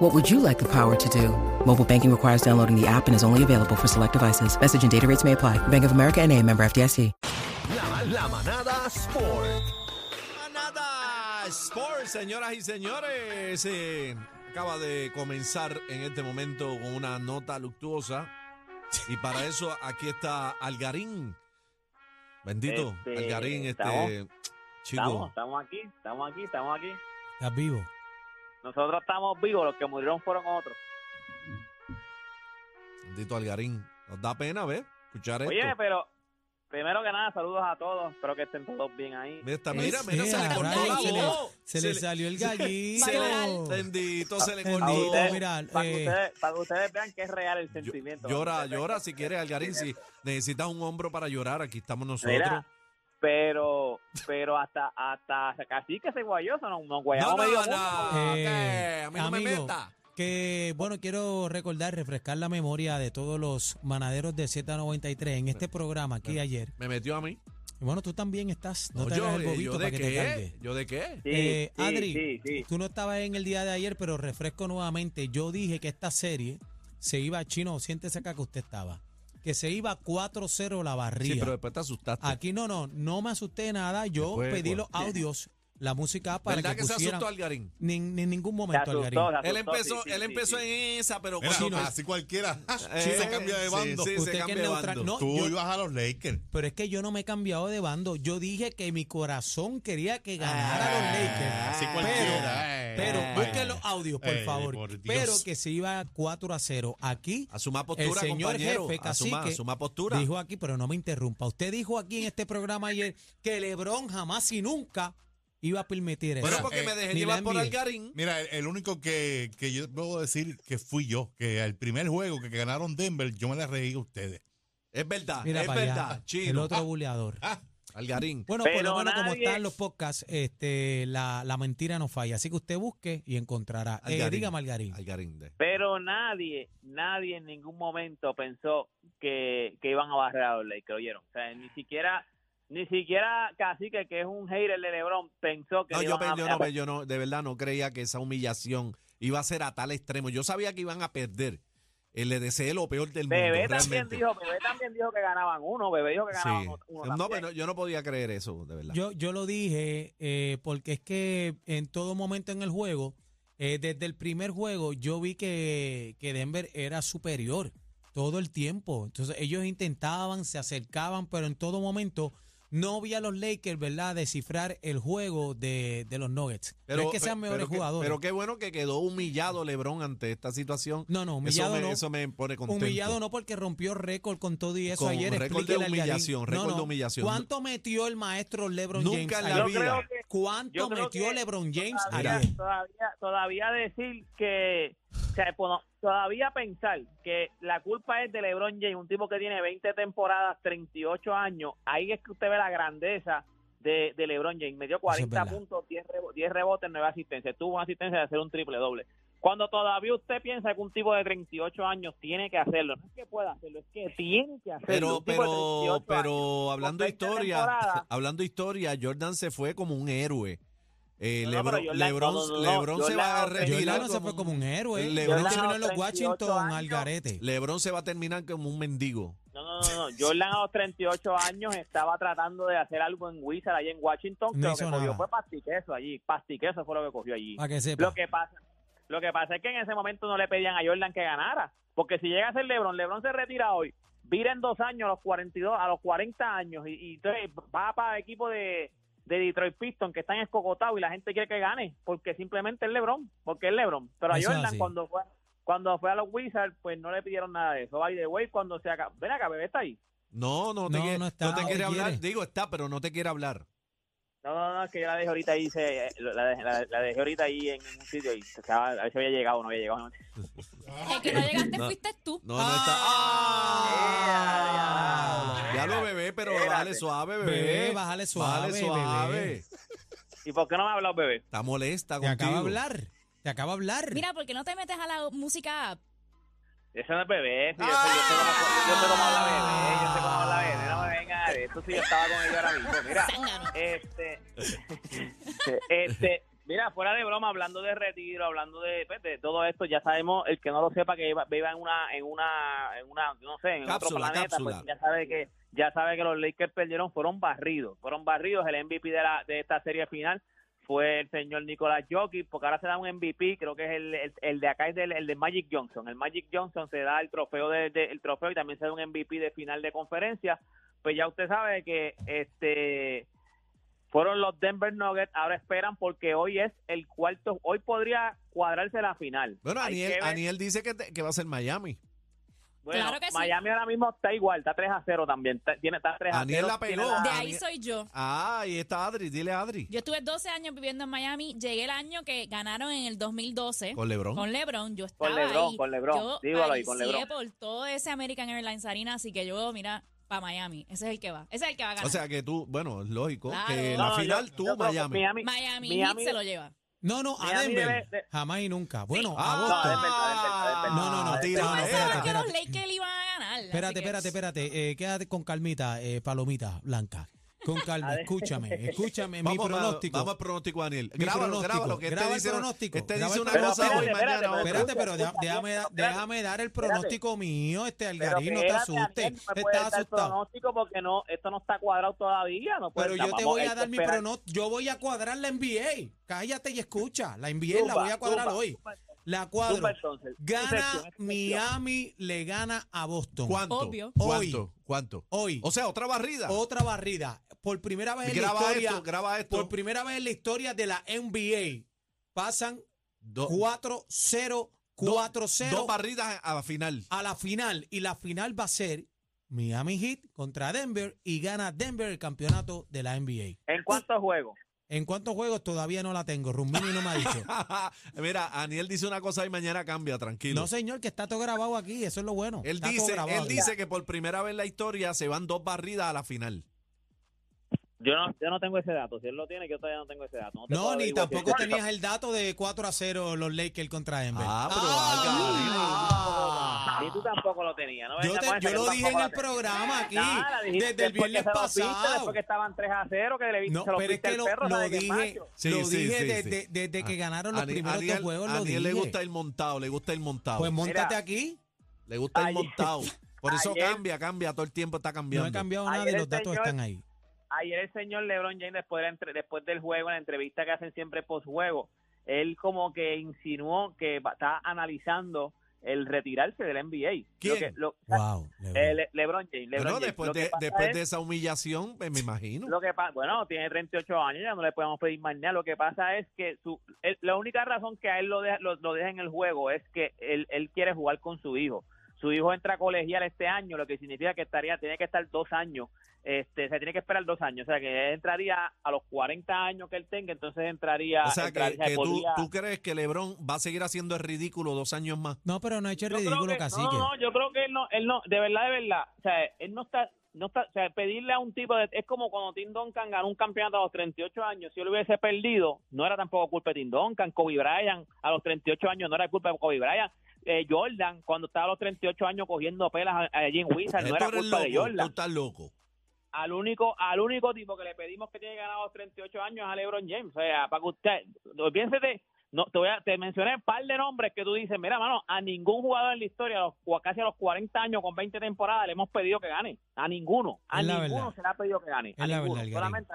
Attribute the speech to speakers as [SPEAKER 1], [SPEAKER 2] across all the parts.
[SPEAKER 1] What would you like the power to do? Mobile banking requires downloading the app and is only available for select devices. Message and data rates may apply. Bank of America and a member FDIC.
[SPEAKER 2] La, la manada Sport. Manada Sport, señoras y señores. eh, acaba de comenzar en este momento con una nota luctuosa. Y para eso aquí está Algarín. Bendito,
[SPEAKER 3] Este,
[SPEAKER 2] Algarín, este
[SPEAKER 3] estamos-
[SPEAKER 2] chico.
[SPEAKER 3] Estamos, estamos aquí, estamos aquí, estamos aquí.
[SPEAKER 4] Estás vivo.
[SPEAKER 3] Nosotros estamos vivos, los que murieron fueron otros.
[SPEAKER 2] Bendito Algarín. Nos da pena, ¿ves? Escuchar
[SPEAKER 3] Oye,
[SPEAKER 2] esto.
[SPEAKER 3] pero primero que nada, saludos a todos. Espero que estén todos bien ahí.
[SPEAKER 2] Mira, esta- mira,
[SPEAKER 4] Es-
[SPEAKER 2] mira, se le
[SPEAKER 4] mira,
[SPEAKER 2] cortó la
[SPEAKER 4] se le-
[SPEAKER 2] voz.
[SPEAKER 4] Se, le salió el gallito.
[SPEAKER 2] se le- Bendito, se le
[SPEAKER 4] Bendito,
[SPEAKER 3] A
[SPEAKER 2] cortó.
[SPEAKER 3] ustedes,
[SPEAKER 4] mira,
[SPEAKER 3] para, que
[SPEAKER 4] eh.
[SPEAKER 3] ustedes, para que ustedes vean que es real el
[SPEAKER 2] Llo-
[SPEAKER 3] sentimiento.
[SPEAKER 2] Llora,
[SPEAKER 3] Ustedes vean
[SPEAKER 2] llora
[SPEAKER 3] que-
[SPEAKER 2] si quieres, Algarín. Si necesitas un hombro para llorar, aquí estamos nosotros.
[SPEAKER 3] Mira, pero, pero hasta, hasta casi que se guayó, se nos, nos guayamos medio mundo.
[SPEAKER 2] no,
[SPEAKER 4] Eh,
[SPEAKER 2] ¿qué? A mí no me
[SPEAKER 4] amigo.
[SPEAKER 2] meta.
[SPEAKER 4] Que bueno, quiero recordar, refrescar la memoria de todos los manaderos de Z93 en este programa aquí ayer.
[SPEAKER 2] Me metió a mí.
[SPEAKER 4] Bueno, tú también estás. No, te
[SPEAKER 2] yo,
[SPEAKER 4] hagas el bobito
[SPEAKER 2] yo de
[SPEAKER 4] para que te
[SPEAKER 2] qué?
[SPEAKER 4] cargue.
[SPEAKER 2] ¿Yo de qué?
[SPEAKER 3] Sí,
[SPEAKER 4] Eh,
[SPEAKER 3] sí,
[SPEAKER 4] Adri,
[SPEAKER 3] sí, sí.
[SPEAKER 4] tú no estabas en el día de ayer, pero refresco nuevamente. Yo dije que esta serie se iba a chino, siéntese acá que usted estaba. Que se iba 4-0 la barriga.
[SPEAKER 2] Sí, pero después te asustaste.
[SPEAKER 4] Aquí no, no, no me asusté nada. Yo
[SPEAKER 2] Después,
[SPEAKER 4] pedí
[SPEAKER 2] bueno.
[SPEAKER 4] los audios, la música para
[SPEAKER 2] ¿Verdad
[SPEAKER 4] que,
[SPEAKER 2] que, se
[SPEAKER 4] pusieran.
[SPEAKER 2] asustó Algarín?
[SPEAKER 4] Ni, ni en ningún
[SPEAKER 3] Se
[SPEAKER 4] momento,
[SPEAKER 3] asustó, se
[SPEAKER 4] Algarín.
[SPEAKER 3] asustó,
[SPEAKER 2] Él empezó,
[SPEAKER 3] sí, sí,
[SPEAKER 2] él
[SPEAKER 3] sí,
[SPEAKER 2] empezó
[SPEAKER 3] sí.
[SPEAKER 2] en esa, pero
[SPEAKER 5] Mira,
[SPEAKER 2] cuando-
[SPEAKER 5] así cualquiera
[SPEAKER 2] Eh,
[SPEAKER 4] ah,
[SPEAKER 5] sí se cambia de
[SPEAKER 2] sí,
[SPEAKER 5] bando.
[SPEAKER 2] sí, se
[SPEAKER 4] Usted que
[SPEAKER 2] cambia
[SPEAKER 4] es
[SPEAKER 2] de
[SPEAKER 4] neutral.
[SPEAKER 2] bando.
[SPEAKER 4] No,
[SPEAKER 5] Tú
[SPEAKER 4] yo-
[SPEAKER 5] ibas a los Lakers.
[SPEAKER 4] Pero es que yo no me he cambiado de bando. Yo dije que mi corazón quería que ganara
[SPEAKER 2] eh,
[SPEAKER 5] Ah, así
[SPEAKER 4] los Lakers.
[SPEAKER 5] cualquiera.
[SPEAKER 4] Pero,
[SPEAKER 5] Ah.
[SPEAKER 4] pero busquen los audios, por
[SPEAKER 5] Eh,
[SPEAKER 4] favor.
[SPEAKER 5] por Dios.
[SPEAKER 4] pero que se iba 4 a 0. Aquí,
[SPEAKER 2] Asuma
[SPEAKER 4] el
[SPEAKER 2] postura,
[SPEAKER 4] señor
[SPEAKER 2] compañero.
[SPEAKER 4] jefe, cacique,
[SPEAKER 2] asuma, asuma postura.
[SPEAKER 4] dijo aquí, pero no me interrumpa. Usted dijo aquí en este programa ayer que LeBron jamás y nunca iba a permitir eso.
[SPEAKER 2] Bueno,
[SPEAKER 5] Mira,
[SPEAKER 2] porque
[SPEAKER 5] eh,
[SPEAKER 2] me dejé
[SPEAKER 4] ni la
[SPEAKER 2] llevar por
[SPEAKER 4] NBA.
[SPEAKER 2] Algarín.
[SPEAKER 5] Mira, el, el único que, que yo puedo decir que fui yo, que el primer juego que ganaron Denver, yo me la reí a ustedes.
[SPEAKER 2] Es verdad,
[SPEAKER 4] Mira
[SPEAKER 2] es
[SPEAKER 4] para allá,
[SPEAKER 2] verdad.
[SPEAKER 4] el
[SPEAKER 2] Chino. Ah.
[SPEAKER 4] otro buleador.
[SPEAKER 2] Algarín.
[SPEAKER 4] Bueno, por
[SPEAKER 3] Pero
[SPEAKER 4] lo menos como
[SPEAKER 3] nadie-
[SPEAKER 4] están los podcasts, este, la, la mentira no falla. Así que usted busque y encontrará. Eh,
[SPEAKER 2] Algarín.
[SPEAKER 4] diga Margarín.
[SPEAKER 2] Algarín. de-
[SPEAKER 3] Pero nadie, nadie en ningún momento pensó que, que iban a barrer a los Lakers, ¿oyeron? O sea, ni siquiera, ni siquiera Cacique, que es un hater de LeBron, pensó que
[SPEAKER 2] No,
[SPEAKER 3] le
[SPEAKER 2] yo,
[SPEAKER 3] iban
[SPEAKER 2] pe-
[SPEAKER 3] a-
[SPEAKER 2] yo no, pe- yo no, de verdad no creía que esa humillación iba a ser a tal extremo. Yo sabía que iban a perder. Eh, le deseé lo peor del mundo.
[SPEAKER 3] Bebé también
[SPEAKER 2] realmente.
[SPEAKER 3] dijo, Bebé también dijo que ganaban uno, Bebé dijo que ganaban
[SPEAKER 2] Sí.
[SPEAKER 3] uno- uno
[SPEAKER 2] No,
[SPEAKER 3] también.
[SPEAKER 2] pero yo no podía creer eso, de verdad.
[SPEAKER 4] Yo, yo lo dije eh, porque es que en todo momento en el juego, eh, desde el primer juego, yo vi que, que Denver era superior todo el tiempo. Entonces ellos intentaban, se acercaban, pero en todo momento no vi a los Lakers, ¿verdad?, descifrar el juego de, de los Nuggets. no es que sean mejores
[SPEAKER 2] pero qué-
[SPEAKER 4] jugadores.
[SPEAKER 2] pero qué bueno que quedó humillado LeBron ante esta situación.
[SPEAKER 4] no, no, humillado
[SPEAKER 2] eso, me,
[SPEAKER 4] no.
[SPEAKER 2] eso me pone contento.
[SPEAKER 4] Humillado no porque rompió récord con todo y eso
[SPEAKER 2] Con
[SPEAKER 4] ayer.
[SPEAKER 2] récord
[SPEAKER 4] explíquele
[SPEAKER 2] de
[SPEAKER 4] al Yarín.
[SPEAKER 2] humillación, récord de humillación.
[SPEAKER 4] ¿Cuánto metió el maestro LeBron
[SPEAKER 2] Nunca
[SPEAKER 4] James?
[SPEAKER 2] en la vida.
[SPEAKER 4] ayer?
[SPEAKER 2] Yo creo
[SPEAKER 3] que- yo
[SPEAKER 4] ¿Cuánto
[SPEAKER 3] creo
[SPEAKER 4] metió
[SPEAKER 3] que
[SPEAKER 4] LeBron James
[SPEAKER 3] todavía,
[SPEAKER 4] ayer?
[SPEAKER 3] todavía, todavía decir que, o sea, bueno, todavía pensar que la culpa es de LeBron James, un tipo que tiene 20 temporadas, 38 años, ahí es que usted ve la grandeza de, de LeBron James. Metió 40
[SPEAKER 4] verdad.
[SPEAKER 3] puntos, 10, rebo- 10 rebotes, 9 asistencias, tuvo una asistencia de hacer un triple doble. Cuando todavía usted piensa que un tipo de 38 años tiene que hacerlo, no es que pueda hacerlo, es que tiene que hacerlo.
[SPEAKER 2] Pero,
[SPEAKER 3] Un tipo de
[SPEAKER 2] pero,
[SPEAKER 3] 38 años.
[SPEAKER 2] pero hablando de
[SPEAKER 3] 20
[SPEAKER 2] historia,
[SPEAKER 3] temporadas.
[SPEAKER 2] hablando de historia, Jordan se fue como un héroe. Eh,
[SPEAKER 3] No, no,
[SPEAKER 2] Lebron,
[SPEAKER 3] pero Jordan-
[SPEAKER 2] Lebron,
[SPEAKER 3] no, no, no,
[SPEAKER 2] Lebron se va a
[SPEAKER 3] Jordan-
[SPEAKER 2] retirar.
[SPEAKER 4] Jordan no se fue como un héroe.
[SPEAKER 2] LeBron
[SPEAKER 4] Jordan
[SPEAKER 3] tiene
[SPEAKER 4] terminó en los
[SPEAKER 3] 38
[SPEAKER 4] Washington
[SPEAKER 3] años.
[SPEAKER 4] al garete.
[SPEAKER 2] Lebron se va a terminar como un mendigo.
[SPEAKER 3] No, no, no, no. Jordan a los 38 años estaba tratando de hacer algo en Wizard allí en Washington,
[SPEAKER 4] No
[SPEAKER 3] pero lo
[SPEAKER 4] hizo
[SPEAKER 3] que cogió
[SPEAKER 4] nada.
[SPEAKER 3] fue pastiqueso allí, pastiqueso fue lo que cogió allí.
[SPEAKER 4] Para que sepa.
[SPEAKER 3] Lo que pasa, lo que pasa es que en ese momento no le pedían a Jordan que ganara, porque si llega a ser LeBron, LeBron se retira hoy, vira en dos años a los 42, a los 40 años y, y entonces va para el equipo de, de Detroit Pistons que están escocotados y la gente quiere que gane, porque simplemente es LeBron, porque es LeBron. Pero a
[SPEAKER 4] Eso es
[SPEAKER 3] Jordan
[SPEAKER 4] así.
[SPEAKER 3] cuando fue cuando fue a los Wizards, pues no le pidieron nada de eso. By the way, cuando se acaba... Ven acá, bebé, está ahí.
[SPEAKER 2] No, no te,
[SPEAKER 4] No,
[SPEAKER 2] quiere,
[SPEAKER 4] no está,
[SPEAKER 2] te
[SPEAKER 4] no
[SPEAKER 2] quiere
[SPEAKER 4] te
[SPEAKER 2] hablar.
[SPEAKER 4] quiere.
[SPEAKER 2] Digo, está, pero no te quiere hablar.
[SPEAKER 3] No, no, no, es que yo la dejé ahorita ahí, se, eh, la, dejé- la- la dejé ahorita ahí en un sitio y se estaba- a ver si había llegado o no había llegado.
[SPEAKER 6] El que no llegaste
[SPEAKER 2] No.
[SPEAKER 6] fuiste tú.
[SPEAKER 2] No, no está. ¡Ah! Ya lo bebé, pero bájale suave, bebé.
[SPEAKER 4] Bebé, bájale suave,
[SPEAKER 2] Bájale suave.
[SPEAKER 4] bebé.
[SPEAKER 3] ¿Y por qué no me ha hablado, bebé?
[SPEAKER 2] Está molesta
[SPEAKER 4] Te
[SPEAKER 2] contigo.
[SPEAKER 4] acaba de hablar. Te acaba de hablar.
[SPEAKER 6] Mira, ¿por qué no te metes a la música app?
[SPEAKER 3] Ese no es bebé, si yo, sé, yo sé cómo, yo sé cómo habla bebé, yo sé cómo habla bebé, no me venga de eso si yo estaba con ella ahora mismo, mira,
[SPEAKER 6] Zángano.
[SPEAKER 3] este, este, mira, fuera de broma, hablando de retiro, hablando de, pues, de todo esto, ya sabemos, el que no lo sepa, que viva, viva en una, en una, en una, no sé, en otro
[SPEAKER 2] Cápsula,
[SPEAKER 3] planeta,
[SPEAKER 2] cápsula.
[SPEAKER 3] pues ya sabe que, ya sabe que los Lakers perdieron, fueron barridos, fueron barridos, el MVP de, la, de esta serie final fue el señor Nicolás Jokic, porque ahora se da un MVP, creo que es el, el, el de acá, es del- el de Magic Johnson. El Magic Johnson se da el trofeo de, de- el trofeo y también se da un MVP de final de conferencia. Pues ya usted sabe que este fueron los Denver Nuggets, ahora esperan porque hoy es el cuarto, hoy podría cuadrarse la final.
[SPEAKER 2] Bueno,
[SPEAKER 3] Hay
[SPEAKER 2] Aniel,
[SPEAKER 3] que ver.
[SPEAKER 2] Aniel dice que, te- que va a ser Miami.
[SPEAKER 3] Bueno,
[SPEAKER 6] Claro que sí.
[SPEAKER 3] Miami ahora mismo está igual, está 3 a 0 también, está, tiene, está 3 a 0.
[SPEAKER 2] Aniel la
[SPEAKER 3] tiene
[SPEAKER 2] peló.
[SPEAKER 6] De
[SPEAKER 2] Ah,
[SPEAKER 6] ahí
[SPEAKER 2] mira.
[SPEAKER 6] soy yo.
[SPEAKER 2] Ah, ahí está Adri. Dile a Adri.
[SPEAKER 6] Yo estuve 12 años viviendo en Miami. Llegué el año que ganaron en el 2012.
[SPEAKER 2] Con Lebron.
[SPEAKER 6] eh, Con LeBron, yo
[SPEAKER 3] Con
[SPEAKER 6] estaba
[SPEAKER 3] LeBron,
[SPEAKER 6] ahí.
[SPEAKER 3] con LeBron.
[SPEAKER 6] Yo
[SPEAKER 3] Dígalo ahí, con
[SPEAKER 6] alicié
[SPEAKER 3] LeBron.
[SPEAKER 6] por todo ese American Airlines Arena, así que yo, mira, para Miami. Ese es el que va. Ese es el que va a ganar.
[SPEAKER 2] O sea que tú, bueno, es lógico,
[SPEAKER 6] Claro.
[SPEAKER 2] que la
[SPEAKER 3] No, no, yo-
[SPEAKER 2] final
[SPEAKER 3] yo
[SPEAKER 2] tú,
[SPEAKER 3] creo que
[SPEAKER 2] Miami.
[SPEAKER 6] Miami,
[SPEAKER 3] Miami-
[SPEAKER 6] Heat se lo lleva.
[SPEAKER 4] No, no, a
[SPEAKER 3] Mira, mira,
[SPEAKER 4] Denver.
[SPEAKER 3] ve- ve-
[SPEAKER 4] Jamás y nunca. Bueno,
[SPEAKER 2] Ah,
[SPEAKER 4] a Boston.
[SPEAKER 3] Denver, a Denver, a Denver.
[SPEAKER 4] No, no, no,
[SPEAKER 3] A
[SPEAKER 2] tira,
[SPEAKER 6] Yo
[SPEAKER 2] no,
[SPEAKER 6] pensaba
[SPEAKER 2] espérate,
[SPEAKER 6] que los
[SPEAKER 4] espérate.
[SPEAKER 6] Lakers iban a ganar. así
[SPEAKER 4] Espérate,
[SPEAKER 6] que-
[SPEAKER 4] espérate, espérate. eh, quédate con calmita, eh, palomita blanca. Con calma, escúchame, escúchame mi
[SPEAKER 2] Vamos, a-
[SPEAKER 4] pronóstico.
[SPEAKER 2] vamos al pronóstico, Daniel.
[SPEAKER 4] Mi
[SPEAKER 2] Grábalo,
[SPEAKER 4] pronóstico.
[SPEAKER 2] grábalo, que
[SPEAKER 4] Graba
[SPEAKER 2] este
[SPEAKER 4] el
[SPEAKER 2] dice,
[SPEAKER 4] pronóstico,
[SPEAKER 2] este
[SPEAKER 4] graba
[SPEAKER 2] dice
[SPEAKER 4] el
[SPEAKER 2] una
[SPEAKER 4] pronóstico.
[SPEAKER 2] cosa hoy,
[SPEAKER 4] Espérate,
[SPEAKER 3] espérate,
[SPEAKER 2] mañana otra.
[SPEAKER 4] Espérate, pero deja-
[SPEAKER 3] Escucha,
[SPEAKER 4] déjame, da-
[SPEAKER 3] espérate.
[SPEAKER 4] déjame dar el
[SPEAKER 3] Espérate.
[SPEAKER 4] pronóstico mío, este
[SPEAKER 3] Pero
[SPEAKER 4] Algarín, no te
[SPEAKER 3] espérate,
[SPEAKER 4] asustes.
[SPEAKER 3] Daniel, no me puede
[SPEAKER 4] Estás
[SPEAKER 3] dar
[SPEAKER 4] asustado.
[SPEAKER 3] pronóstico porque no, esto no está cuadrado todavía. No puede
[SPEAKER 4] Pero
[SPEAKER 3] estar.
[SPEAKER 4] yo te
[SPEAKER 3] Vamos, este,
[SPEAKER 4] voy
[SPEAKER 3] hay
[SPEAKER 4] a
[SPEAKER 3] que
[SPEAKER 4] dar mi
[SPEAKER 3] esperar.
[SPEAKER 4] pronóstico. Yo voy a cuadrar la NBA. Cállate y escucha. La NBA la
[SPEAKER 3] Zumba,
[SPEAKER 4] voy a cuadrar
[SPEAKER 3] zumba,
[SPEAKER 4] hoy.
[SPEAKER 3] zumba, zumba,
[SPEAKER 4] La cuadro.
[SPEAKER 3] entonces. Tu sección,
[SPEAKER 4] Gana
[SPEAKER 3] tu sección.
[SPEAKER 4] Miami, le gana a Boston.
[SPEAKER 2] ¿Cuánto?
[SPEAKER 6] Obvio.
[SPEAKER 2] ¿Cuánto? ¿Cuánto?
[SPEAKER 4] Hoy.
[SPEAKER 2] O sea, otra barrida.
[SPEAKER 4] Otra barrida. Por primera vez en la
[SPEAKER 2] Graba
[SPEAKER 4] historia.
[SPEAKER 2] esto, graba esto.
[SPEAKER 4] Por primera vez en la historia de la NBA. Pasan
[SPEAKER 2] Do-
[SPEAKER 4] 4-0,
[SPEAKER 2] do-
[SPEAKER 4] 4-0
[SPEAKER 2] Dos barridas a la final.
[SPEAKER 4] a la final. Y la final va a ser Miami Heat contra Denver y gana Denver el campeonato de la NBA.
[SPEAKER 3] ¿En cuántos juegos?
[SPEAKER 4] ¿En cuántos juegos todavía no la tengo? Rumini no me ha dicho.
[SPEAKER 2] Mira, Aniel dice una cosa y mañana cambia, tranquilo.
[SPEAKER 4] No, señor, que está todo grabado aquí. Eso es lo bueno.
[SPEAKER 2] él
[SPEAKER 4] Está todo
[SPEAKER 2] dice,
[SPEAKER 4] grabado
[SPEAKER 2] él
[SPEAKER 4] aquí.
[SPEAKER 2] dice que por primera vez en la historia se van dos barridas a la final.
[SPEAKER 3] Yo no, yo no tengo ese dato. Si él lo tiene, yo todavía no tengo ese dato. te
[SPEAKER 4] No,
[SPEAKER 3] puedo
[SPEAKER 4] ni
[SPEAKER 3] averiguar si-
[SPEAKER 4] tampoco tenías el dato de 4 a 0 los Lakers contra Denver.
[SPEAKER 2] Ah, pero
[SPEAKER 4] Ah.
[SPEAKER 3] Ni tú tampoco lo tenías. No
[SPEAKER 4] Yo,
[SPEAKER 3] vengas
[SPEAKER 4] te-
[SPEAKER 3] con esa
[SPEAKER 4] yo
[SPEAKER 3] que
[SPEAKER 4] lo
[SPEAKER 3] tú
[SPEAKER 4] dije en
[SPEAKER 3] tampoco
[SPEAKER 4] el
[SPEAKER 3] la tenías.
[SPEAKER 4] programa aquí,
[SPEAKER 3] Nada, la dijiste
[SPEAKER 4] desde el
[SPEAKER 3] después que
[SPEAKER 4] viernes
[SPEAKER 3] se lo viste,
[SPEAKER 4] pasado.
[SPEAKER 3] después que estaban 3 a 0, que le,
[SPEAKER 4] No,
[SPEAKER 3] se lo
[SPEAKER 4] pero es
[SPEAKER 3] fuiste
[SPEAKER 4] que
[SPEAKER 3] al
[SPEAKER 4] lo,
[SPEAKER 3] perro,
[SPEAKER 4] lo
[SPEAKER 3] ¿sabes qué,
[SPEAKER 4] dije,
[SPEAKER 3] macho?
[SPEAKER 2] Sí,
[SPEAKER 4] lo
[SPEAKER 2] sí,
[SPEAKER 4] dije
[SPEAKER 2] sí,
[SPEAKER 4] desde,
[SPEAKER 2] sí.
[SPEAKER 4] desde que ganaron los
[SPEAKER 2] Ani-
[SPEAKER 4] primeros
[SPEAKER 2] Aniel-
[SPEAKER 4] dos juegos. lo
[SPEAKER 2] Aniel le
[SPEAKER 4] dije.
[SPEAKER 2] gusta el montado, le gusta el montado.
[SPEAKER 4] Pues montate
[SPEAKER 3] Mira.
[SPEAKER 4] aquí.
[SPEAKER 2] le gusta el
[SPEAKER 3] ayer-
[SPEAKER 2] montado. Por eso
[SPEAKER 3] ayer-
[SPEAKER 2] cambia, cambia, todo el tiempo está
[SPEAKER 4] No
[SPEAKER 2] cambiando.
[SPEAKER 4] he cambiado nada
[SPEAKER 3] Ayer
[SPEAKER 4] y
[SPEAKER 3] el
[SPEAKER 4] los datos
[SPEAKER 3] señor-
[SPEAKER 4] están ahí.
[SPEAKER 3] Ayer el señor LeBron James, después, de la entre- después del juego, en la entrevista que hacen siempre post-juego, él como que insinuó que va- está analizando el retirarse del NBA.
[SPEAKER 2] ¿Quién?
[SPEAKER 3] Lo que- lo-
[SPEAKER 4] Wow. LeBron.
[SPEAKER 3] eh, Le- LeBron James.
[SPEAKER 2] Pero
[SPEAKER 3] LeBron James.
[SPEAKER 2] después,
[SPEAKER 3] Lo que
[SPEAKER 2] de,
[SPEAKER 3] pasa
[SPEAKER 2] después
[SPEAKER 3] es-
[SPEAKER 2] de esa humillación, pues, me imagino.
[SPEAKER 3] Lo que pa- bueno, tiene 38 años, ya no le podemos pedir más nada. Lo que pasa es que su, él- la única razón que a él lo deja, lo, lo deja en el juego es que él, él quiere jugar con su hijo. Su hijo entra a colegial este año, lo que significa que estaría tiene que estar dos años. Este, se tiene que esperar dos años, o sea que él entraría a los 40 años que él tenga, entonces entraría.
[SPEAKER 2] o sea, que,
[SPEAKER 3] entraría-
[SPEAKER 2] que tú,
[SPEAKER 3] podría-
[SPEAKER 2] tú crees que LeBron va a seguir haciendo el ridículo dos años más.
[SPEAKER 4] No, pero no ha hecho el
[SPEAKER 3] Yo creo
[SPEAKER 4] ridículo,
[SPEAKER 3] que-
[SPEAKER 4] cacique.
[SPEAKER 3] No, no, yo creo que él no, él no, de verdad, de verdad, o sea, él no está, no está, o sea, pedirle a un tipo, de, es como cuando Tim Duncan ganó un campeonato a los 38 años, si él hubiese perdido, no era tampoco culpa de Tim Duncan, Kobe Bryant a los 38 años no era culpa de Kobe Bryant, eh, Jordan cuando estaba a los 38 años cogiendo pelas a, a Jim Wizard no
[SPEAKER 2] Eh, tú
[SPEAKER 3] era
[SPEAKER 2] eres
[SPEAKER 3] culpa de
[SPEAKER 2] loco, tú
[SPEAKER 3] Jordan,
[SPEAKER 2] estás loco.
[SPEAKER 3] al único, al único tipo que le pedimos que tiene ganado a los 38 años es a LeBron James, o sea, para que usted, olvídense de- no, te, voy a- te mencioné un par de nombres que tú dices, mira, mano, a ningún jugador en la historia, a los, cu- casi a los 40 años con 20 temporadas, le hemos pedido que gane. A ninguno. A
[SPEAKER 4] Es la
[SPEAKER 3] ninguno
[SPEAKER 4] verdad.
[SPEAKER 3] se le ha pedido que gane.
[SPEAKER 4] Es
[SPEAKER 3] a
[SPEAKER 4] la
[SPEAKER 3] ninguno.
[SPEAKER 4] verdad, Algarín.
[SPEAKER 3] Solamente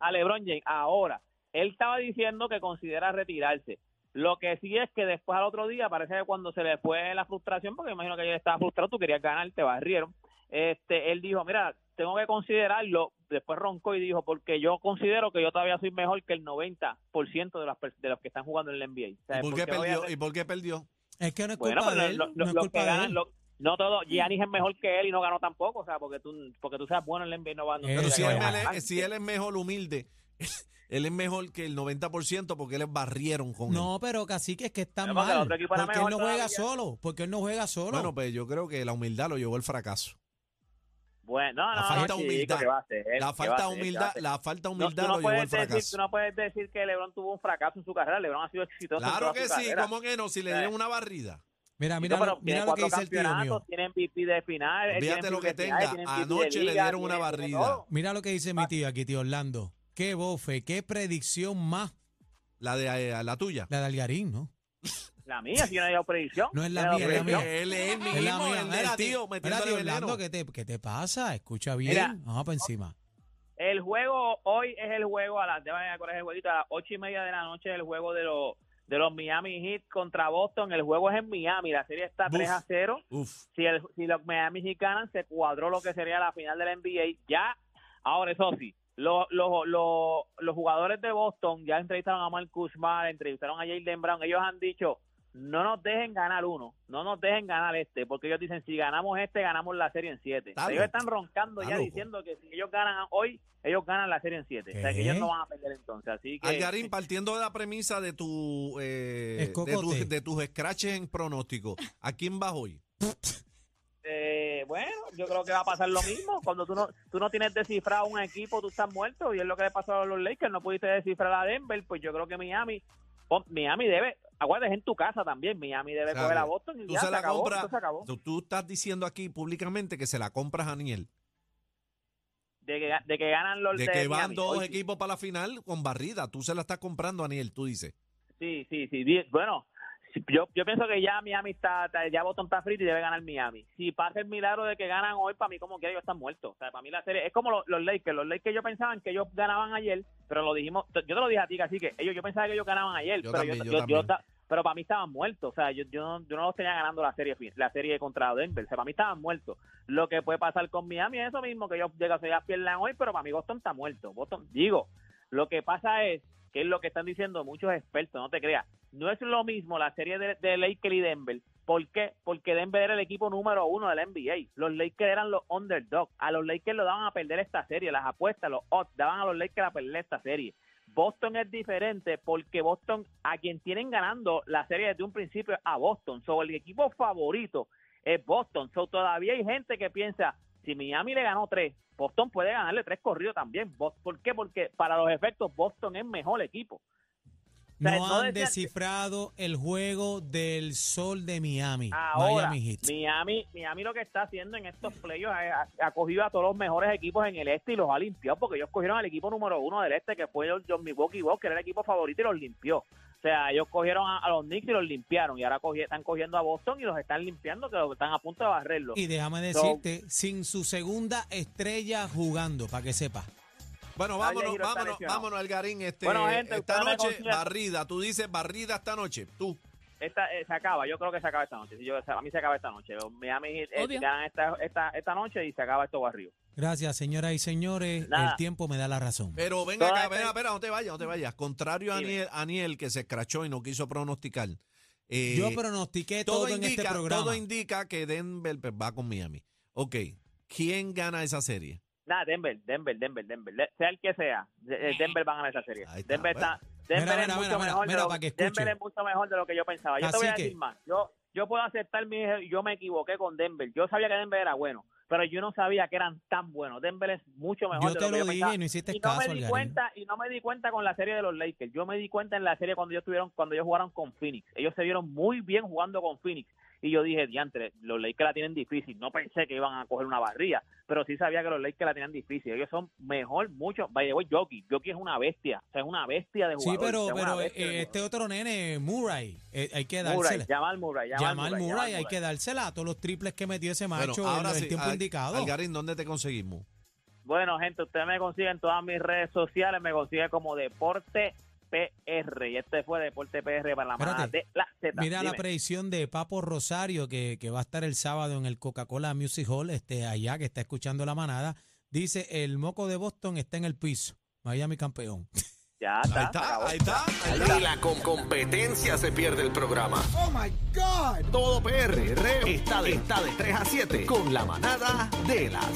[SPEAKER 3] a LeBron James. Ahora, él estaba diciendo que considera retirarse. Lo que sí es que después al otro día, parece que cuando se le fue la frustración, porque imagino que ayer estaba frustrado, tú querías ganar, te barrieron. Este, él dijo, mira, tengo que considerarlo. Después roncó y dijo, porque yo considero que yo todavía soy mejor que el 90% de, las, pers- de los que están jugando en la NBA. O sea,
[SPEAKER 2] ¿Y por qué
[SPEAKER 3] porque voy a
[SPEAKER 2] perdió?
[SPEAKER 3] hacer-
[SPEAKER 2] ¿Y por qué perdió?
[SPEAKER 4] Es que no es
[SPEAKER 3] bueno,
[SPEAKER 4] culpa
[SPEAKER 3] pero
[SPEAKER 4] de él.
[SPEAKER 3] lo- lo-
[SPEAKER 4] no es
[SPEAKER 3] los
[SPEAKER 4] culpa
[SPEAKER 3] que
[SPEAKER 4] de
[SPEAKER 3] ganan,
[SPEAKER 4] él.
[SPEAKER 3] lo- no todo, Giannis es mejor que él y no ganó tampoco, o sea, porque tú, porque tú seas bueno en la NBA no va no
[SPEAKER 4] Pero
[SPEAKER 2] Pero
[SPEAKER 3] te
[SPEAKER 2] si
[SPEAKER 4] ya,
[SPEAKER 2] él,
[SPEAKER 3] ganas.
[SPEAKER 4] ya.
[SPEAKER 2] me- si él es mejor humilde él es mejor que el 90% porque les barrieron con él.
[SPEAKER 4] No, pero casi que es que está
[SPEAKER 3] Pero porque el
[SPEAKER 4] mal.
[SPEAKER 3] otro equipo era
[SPEAKER 4] Porque él
[SPEAKER 3] mejor
[SPEAKER 4] no juega
[SPEAKER 3] todavía.
[SPEAKER 4] solo. Porque él no juega solo.
[SPEAKER 2] Bueno, pues yo creo que la humildad lo llevó al fracaso.
[SPEAKER 3] Bueno, no,
[SPEAKER 2] La
[SPEAKER 3] no,
[SPEAKER 2] falta
[SPEAKER 3] no, chico,
[SPEAKER 2] humildad.
[SPEAKER 3] ¿qué va a
[SPEAKER 2] La
[SPEAKER 3] hacer? ¿Qué va a
[SPEAKER 2] falta de
[SPEAKER 3] hacer? ¿Qué va a
[SPEAKER 2] humildad,
[SPEAKER 3] hacer?
[SPEAKER 2] la falta de
[SPEAKER 3] No,
[SPEAKER 2] humildad
[SPEAKER 3] tú, no
[SPEAKER 2] lo llevó al
[SPEAKER 3] puedes decir, tú
[SPEAKER 2] fracaso.
[SPEAKER 3] no puedes decir que LeBron tuvo un fracaso en su carrera. LeBron ha sido exitoso. en
[SPEAKER 2] Claro
[SPEAKER 3] toda
[SPEAKER 2] que
[SPEAKER 3] su
[SPEAKER 2] sí,
[SPEAKER 3] carrera.
[SPEAKER 2] ¿cómo que no? Si le
[SPEAKER 3] Eh.
[SPEAKER 2] dieron una barrida.
[SPEAKER 4] mira, mira,
[SPEAKER 3] Chico,
[SPEAKER 4] lo-
[SPEAKER 3] pero
[SPEAKER 4] mira
[SPEAKER 3] tiene
[SPEAKER 4] lo que
[SPEAKER 3] cuatro
[SPEAKER 4] dice el tío mío.
[SPEAKER 3] campeonatos, tiene MVP de final. él
[SPEAKER 2] Fíjate
[SPEAKER 3] tiene
[SPEAKER 2] lo que
[SPEAKER 3] MVP de finales,
[SPEAKER 2] tenga.
[SPEAKER 3] tiene MVP de
[SPEAKER 2] Anoche le
[SPEAKER 3] liga,
[SPEAKER 2] dieron una
[SPEAKER 3] tiene- tiene
[SPEAKER 2] barrida.
[SPEAKER 3] todo.
[SPEAKER 4] Mira lo que dice
[SPEAKER 3] Ah.
[SPEAKER 4] mi tío aquí, tío Orlando. Qué bofe, qué predicción más
[SPEAKER 2] La de eh, la tuya.
[SPEAKER 4] la de Algarín, ¿no?
[SPEAKER 3] La mía, si yo no he dado predicción.
[SPEAKER 4] No es la
[SPEAKER 3] Yo he
[SPEAKER 4] mía,
[SPEAKER 3] dado
[SPEAKER 4] es la mía.
[SPEAKER 3] predicción.
[SPEAKER 2] Él es el
[SPEAKER 4] Es la
[SPEAKER 2] mismo,
[SPEAKER 4] mía.
[SPEAKER 2] el
[SPEAKER 4] Mira,
[SPEAKER 2] del
[SPEAKER 4] tío-
[SPEAKER 2] tío,
[SPEAKER 4] mira,
[SPEAKER 2] metiéndole
[SPEAKER 4] tío
[SPEAKER 2] veneno.
[SPEAKER 4] Orlando, ¿qué te, qué te pasa? Escucha bien.
[SPEAKER 3] Mira.
[SPEAKER 4] Vamos para encima.
[SPEAKER 3] El juego, hoy es el juego a las, déjame ver cuál es el jueguito, a las ocho y media de la noche el juego de los de los Miami Heat contra Boston. El juego es en Miami, la serie está
[SPEAKER 2] Buf.
[SPEAKER 3] 3 a 0.
[SPEAKER 2] Uf.
[SPEAKER 3] Si, el- si los Miami Heat ganan, se cuadró lo que sería la final del NBA. Ya, ahora eso sí, los, los, los, los jugadores de Boston ya entrevistaron a Mark Kuzma, entrevistaron a Jalen Brown. Ellos han dicho, no nos dejen ganar uno, no nos dejen ganar este, porque ellos dicen, si ganamos este, ganamos la serie en siete.
[SPEAKER 2] Está
[SPEAKER 3] ellos
[SPEAKER 2] loco.
[SPEAKER 3] están roncando
[SPEAKER 2] Está
[SPEAKER 3] ya
[SPEAKER 2] loco.
[SPEAKER 3] diciendo que si ellos ganan hoy, ellos ganan la serie en siete. O sea,
[SPEAKER 4] ¿Qué?
[SPEAKER 3] que
[SPEAKER 2] Eh.
[SPEAKER 3] ellos no van a perder entonces. Así que...
[SPEAKER 2] Algarín, partiendo de la premisa de tu eh, de,
[SPEAKER 4] Escocote.
[SPEAKER 2] tus- de tus scratches en pronóstico, ¿a quién vas hoy?
[SPEAKER 3] Eh, bueno, yo creo que va a pasar lo mismo. Cuando tú no, tú no tienes descifrado un equipo, tú estás muerto. Y es lo que le pasó a los Lakers. No pudiste descifrar a Denver. Pues yo creo que Miami, oh, Miami debe, aguardes en tu casa también. Miami debe
[SPEAKER 2] Sabe,
[SPEAKER 3] coger a Boston y
[SPEAKER 2] Tú
[SPEAKER 3] ya
[SPEAKER 2] se
[SPEAKER 3] se
[SPEAKER 2] la
[SPEAKER 3] acabó.
[SPEAKER 2] compras-
[SPEAKER 3] esto se acabó.
[SPEAKER 2] Tú, tú estás diciendo aquí públicamente que se la compras a Niel.
[SPEAKER 3] De que, de que ganan los
[SPEAKER 2] De que van
[SPEAKER 3] Miami.
[SPEAKER 2] dos
[SPEAKER 3] Oye,
[SPEAKER 2] equilos para la final con barrida. Tú se la estás comprando a Niel, tú dices.
[SPEAKER 3] Sí, sí, sí. Di- Bueno, si- yo, yo pienso que ya Miami está, está- ya Boston está frito y debe ganar Miami. Si pasa el milagro de que ganan hoy, para mí como quiera ellos están muertos. O sea, para mí la serie es como lo- los, Lakers. Los Lakers yo pensaban que ellos ganaban ayer, pero lo dijimos, yo te lo dije a ti, así que ellos, yo pensaba que ellos ganaban ayer,
[SPEAKER 2] Yo
[SPEAKER 3] pero
[SPEAKER 2] también, yo también.
[SPEAKER 3] ta- pero para mí estaban muertos, o sea, yo, yo, no, yo no los tenía ganando la serie fin- la serie contra Denver, o sea, para mí estaban muertos. Lo que puede pasar con Miami es eso mismo, que ellos llegan, se pierdan hoy, pero para mí Boston está muerto. Boston, digo, lo que pasa es que es lo que están diciendo muchos expertos, no te creas. No es lo mismo la serie de, de Lakers y Denver. ¿Por qué? Porque Denver era el equipo número uno del NBA. Los Lakers eran los underdogs. A los Lakers lo daban a perder esta serie. Las apuestas, los odds, daban a los Lakers a perder esta serie. Boston es diferente porque Boston, a quien tienen ganando la serie desde un principio, es a Boston. Sobre el equipo favorito es Boston. So, todavía hay gente que piensa, si Miami le ganó tres, Boston puede ganarle tres corridos también. Bos- ¿Por qué? Porque para los efectos Boston es mejor equipo. sea,
[SPEAKER 4] No
[SPEAKER 3] no
[SPEAKER 4] han
[SPEAKER 3] decía-
[SPEAKER 4] descifrado el juego del sol de Miami.
[SPEAKER 3] Ahora,
[SPEAKER 4] Miami Heat.
[SPEAKER 3] Miami, Miami lo que está haciendo en estos playoffs ha, ha cogido a todos los mejores equipos en el este y los ha limpiado porque ellos cogieron al equipo número uno del este que fue el John Milwaukee Bucks, que era el equipo favorito y los limpió. O sea, ellos cogieron a, a los Knicks y los limpiaron y ahora cogi- están cogiendo a Boston y los están limpiando que los están a punto de barrerlo.
[SPEAKER 4] Y déjame decirte, sin su segunda estrella jugando, para que sepas.
[SPEAKER 2] Bueno,
[SPEAKER 3] Dale,
[SPEAKER 2] vámonos,
[SPEAKER 3] Giro, está
[SPEAKER 2] vámonos,
[SPEAKER 3] lesionado.
[SPEAKER 2] vámonos, Algarín. Este,
[SPEAKER 3] Bueno, gente,
[SPEAKER 2] esta
[SPEAKER 3] ustedes me
[SPEAKER 2] noche,
[SPEAKER 3] consideran-
[SPEAKER 2] barrida. Tú dices barrida esta noche. Tú.
[SPEAKER 3] Esta, eh, se acaba, yo creo que se acaba esta noche. Si yo- a mí se acaba esta noche. Los Miami Heat, eh,
[SPEAKER 6] Obvio.
[SPEAKER 3] ganan esta, esta, esta noche y se acaba esto barrio.
[SPEAKER 4] Gracias, señoras y señores.
[SPEAKER 3] Nada.
[SPEAKER 4] El tiempo me da la razón.
[SPEAKER 2] Pero venga
[SPEAKER 3] Todas
[SPEAKER 2] acá,
[SPEAKER 3] estas-
[SPEAKER 2] espera, espera, no te vayas, no te vayas. Contrario a
[SPEAKER 3] Dime.
[SPEAKER 2] Aniel, Aniel, que se escrachó y no quiso pronosticar. eh,
[SPEAKER 4] Yo pronostiqué todo, en este programa.
[SPEAKER 2] Todo indica que Denver pues, va con Miami. Ok, ¿quién gana esa serie?
[SPEAKER 3] Nada, Denver, Denver, Denver, Denver. Le- Sea el que sea, de- eh, Denver va a ganar esa serie.
[SPEAKER 2] Ahí está,
[SPEAKER 3] Denver
[SPEAKER 2] bueno.
[SPEAKER 3] está. Denver
[SPEAKER 4] Mira,
[SPEAKER 3] es
[SPEAKER 4] mira,
[SPEAKER 3] mucho
[SPEAKER 4] mira,
[SPEAKER 3] mejor. de
[SPEAKER 4] mira,
[SPEAKER 3] lo-
[SPEAKER 4] para que escuche.
[SPEAKER 3] Denver es mucho mejor de lo que yo pensaba. Yo te voy a
[SPEAKER 4] Cacique.
[SPEAKER 3] decir más. Yo, yo puedo aceptar mi. Yo me equivoqué con Denver. Yo sabía que Denver era bueno, pero yo no sabía que eran tan buenos. Denver es mucho mejor
[SPEAKER 4] Yo
[SPEAKER 3] de
[SPEAKER 4] te
[SPEAKER 3] que
[SPEAKER 4] lo
[SPEAKER 3] yo pensaba.
[SPEAKER 4] dije y no hiciste
[SPEAKER 3] Y no
[SPEAKER 4] caso,
[SPEAKER 3] me di
[SPEAKER 4] Algarín.
[SPEAKER 3] cuenta y no me di cuenta con la serie de los Lakers. Yo me di cuenta en la serie cuando ellos tuvieron cuando ellos jugaron con Phoenix. Ellos se vieron muy bien jugando con Phoenix y yo dije, "Diantre, los Lakers la tienen difícil." No pensé que iban a coger una barría, pero sí sabía que los Lakers la tenían difícil. Ellos son mejor mucho, by the way, Jockey, Jockey es una bestia, o sea, es una bestia de
[SPEAKER 4] Sí,
[SPEAKER 3] jugador.
[SPEAKER 4] pero,
[SPEAKER 3] o sea, es una
[SPEAKER 4] pero
[SPEAKER 3] bestia de
[SPEAKER 4] eh, este
[SPEAKER 3] jugador.
[SPEAKER 4] otro nene, Murray, eh, hay que
[SPEAKER 3] Murray,
[SPEAKER 4] dársela.
[SPEAKER 3] Jamal Murray, Jamal,
[SPEAKER 4] Jamal
[SPEAKER 3] Murray, Jamal
[SPEAKER 4] Murray, hay
[SPEAKER 3] Murray.
[SPEAKER 4] que dársela a todos los triples que metió ese
[SPEAKER 2] Bueno,
[SPEAKER 4] macho
[SPEAKER 2] ahora
[SPEAKER 4] en el
[SPEAKER 2] sí,
[SPEAKER 4] tiempo
[SPEAKER 2] Al-
[SPEAKER 4] indicado.
[SPEAKER 2] Algarín, ¿dónde te conseguimos?
[SPEAKER 3] Bueno, gente, ustedes me consiguen en todas mis redes sociales, me consiguen como Deporte PR. Y este fue Deporte PR para la manada
[SPEAKER 4] Espérate.
[SPEAKER 3] de la Z.
[SPEAKER 4] Mira la
[SPEAKER 3] Dime.
[SPEAKER 4] predicción de Papo Rosario que, que va a estar el sábado en el Coca-Cola Music Hall, este allá que está escuchando la manada. Dice, el moco de Boston está en el piso. Miami campeón.
[SPEAKER 3] Ya
[SPEAKER 2] Ahí
[SPEAKER 3] está. se
[SPEAKER 2] está,
[SPEAKER 3] acabó.
[SPEAKER 2] ahí está. Ahí está.
[SPEAKER 7] Ni la com- competencia se pierde el programa. Oh my God. Todo PR está de, está de 3 a 7 con la manada de las.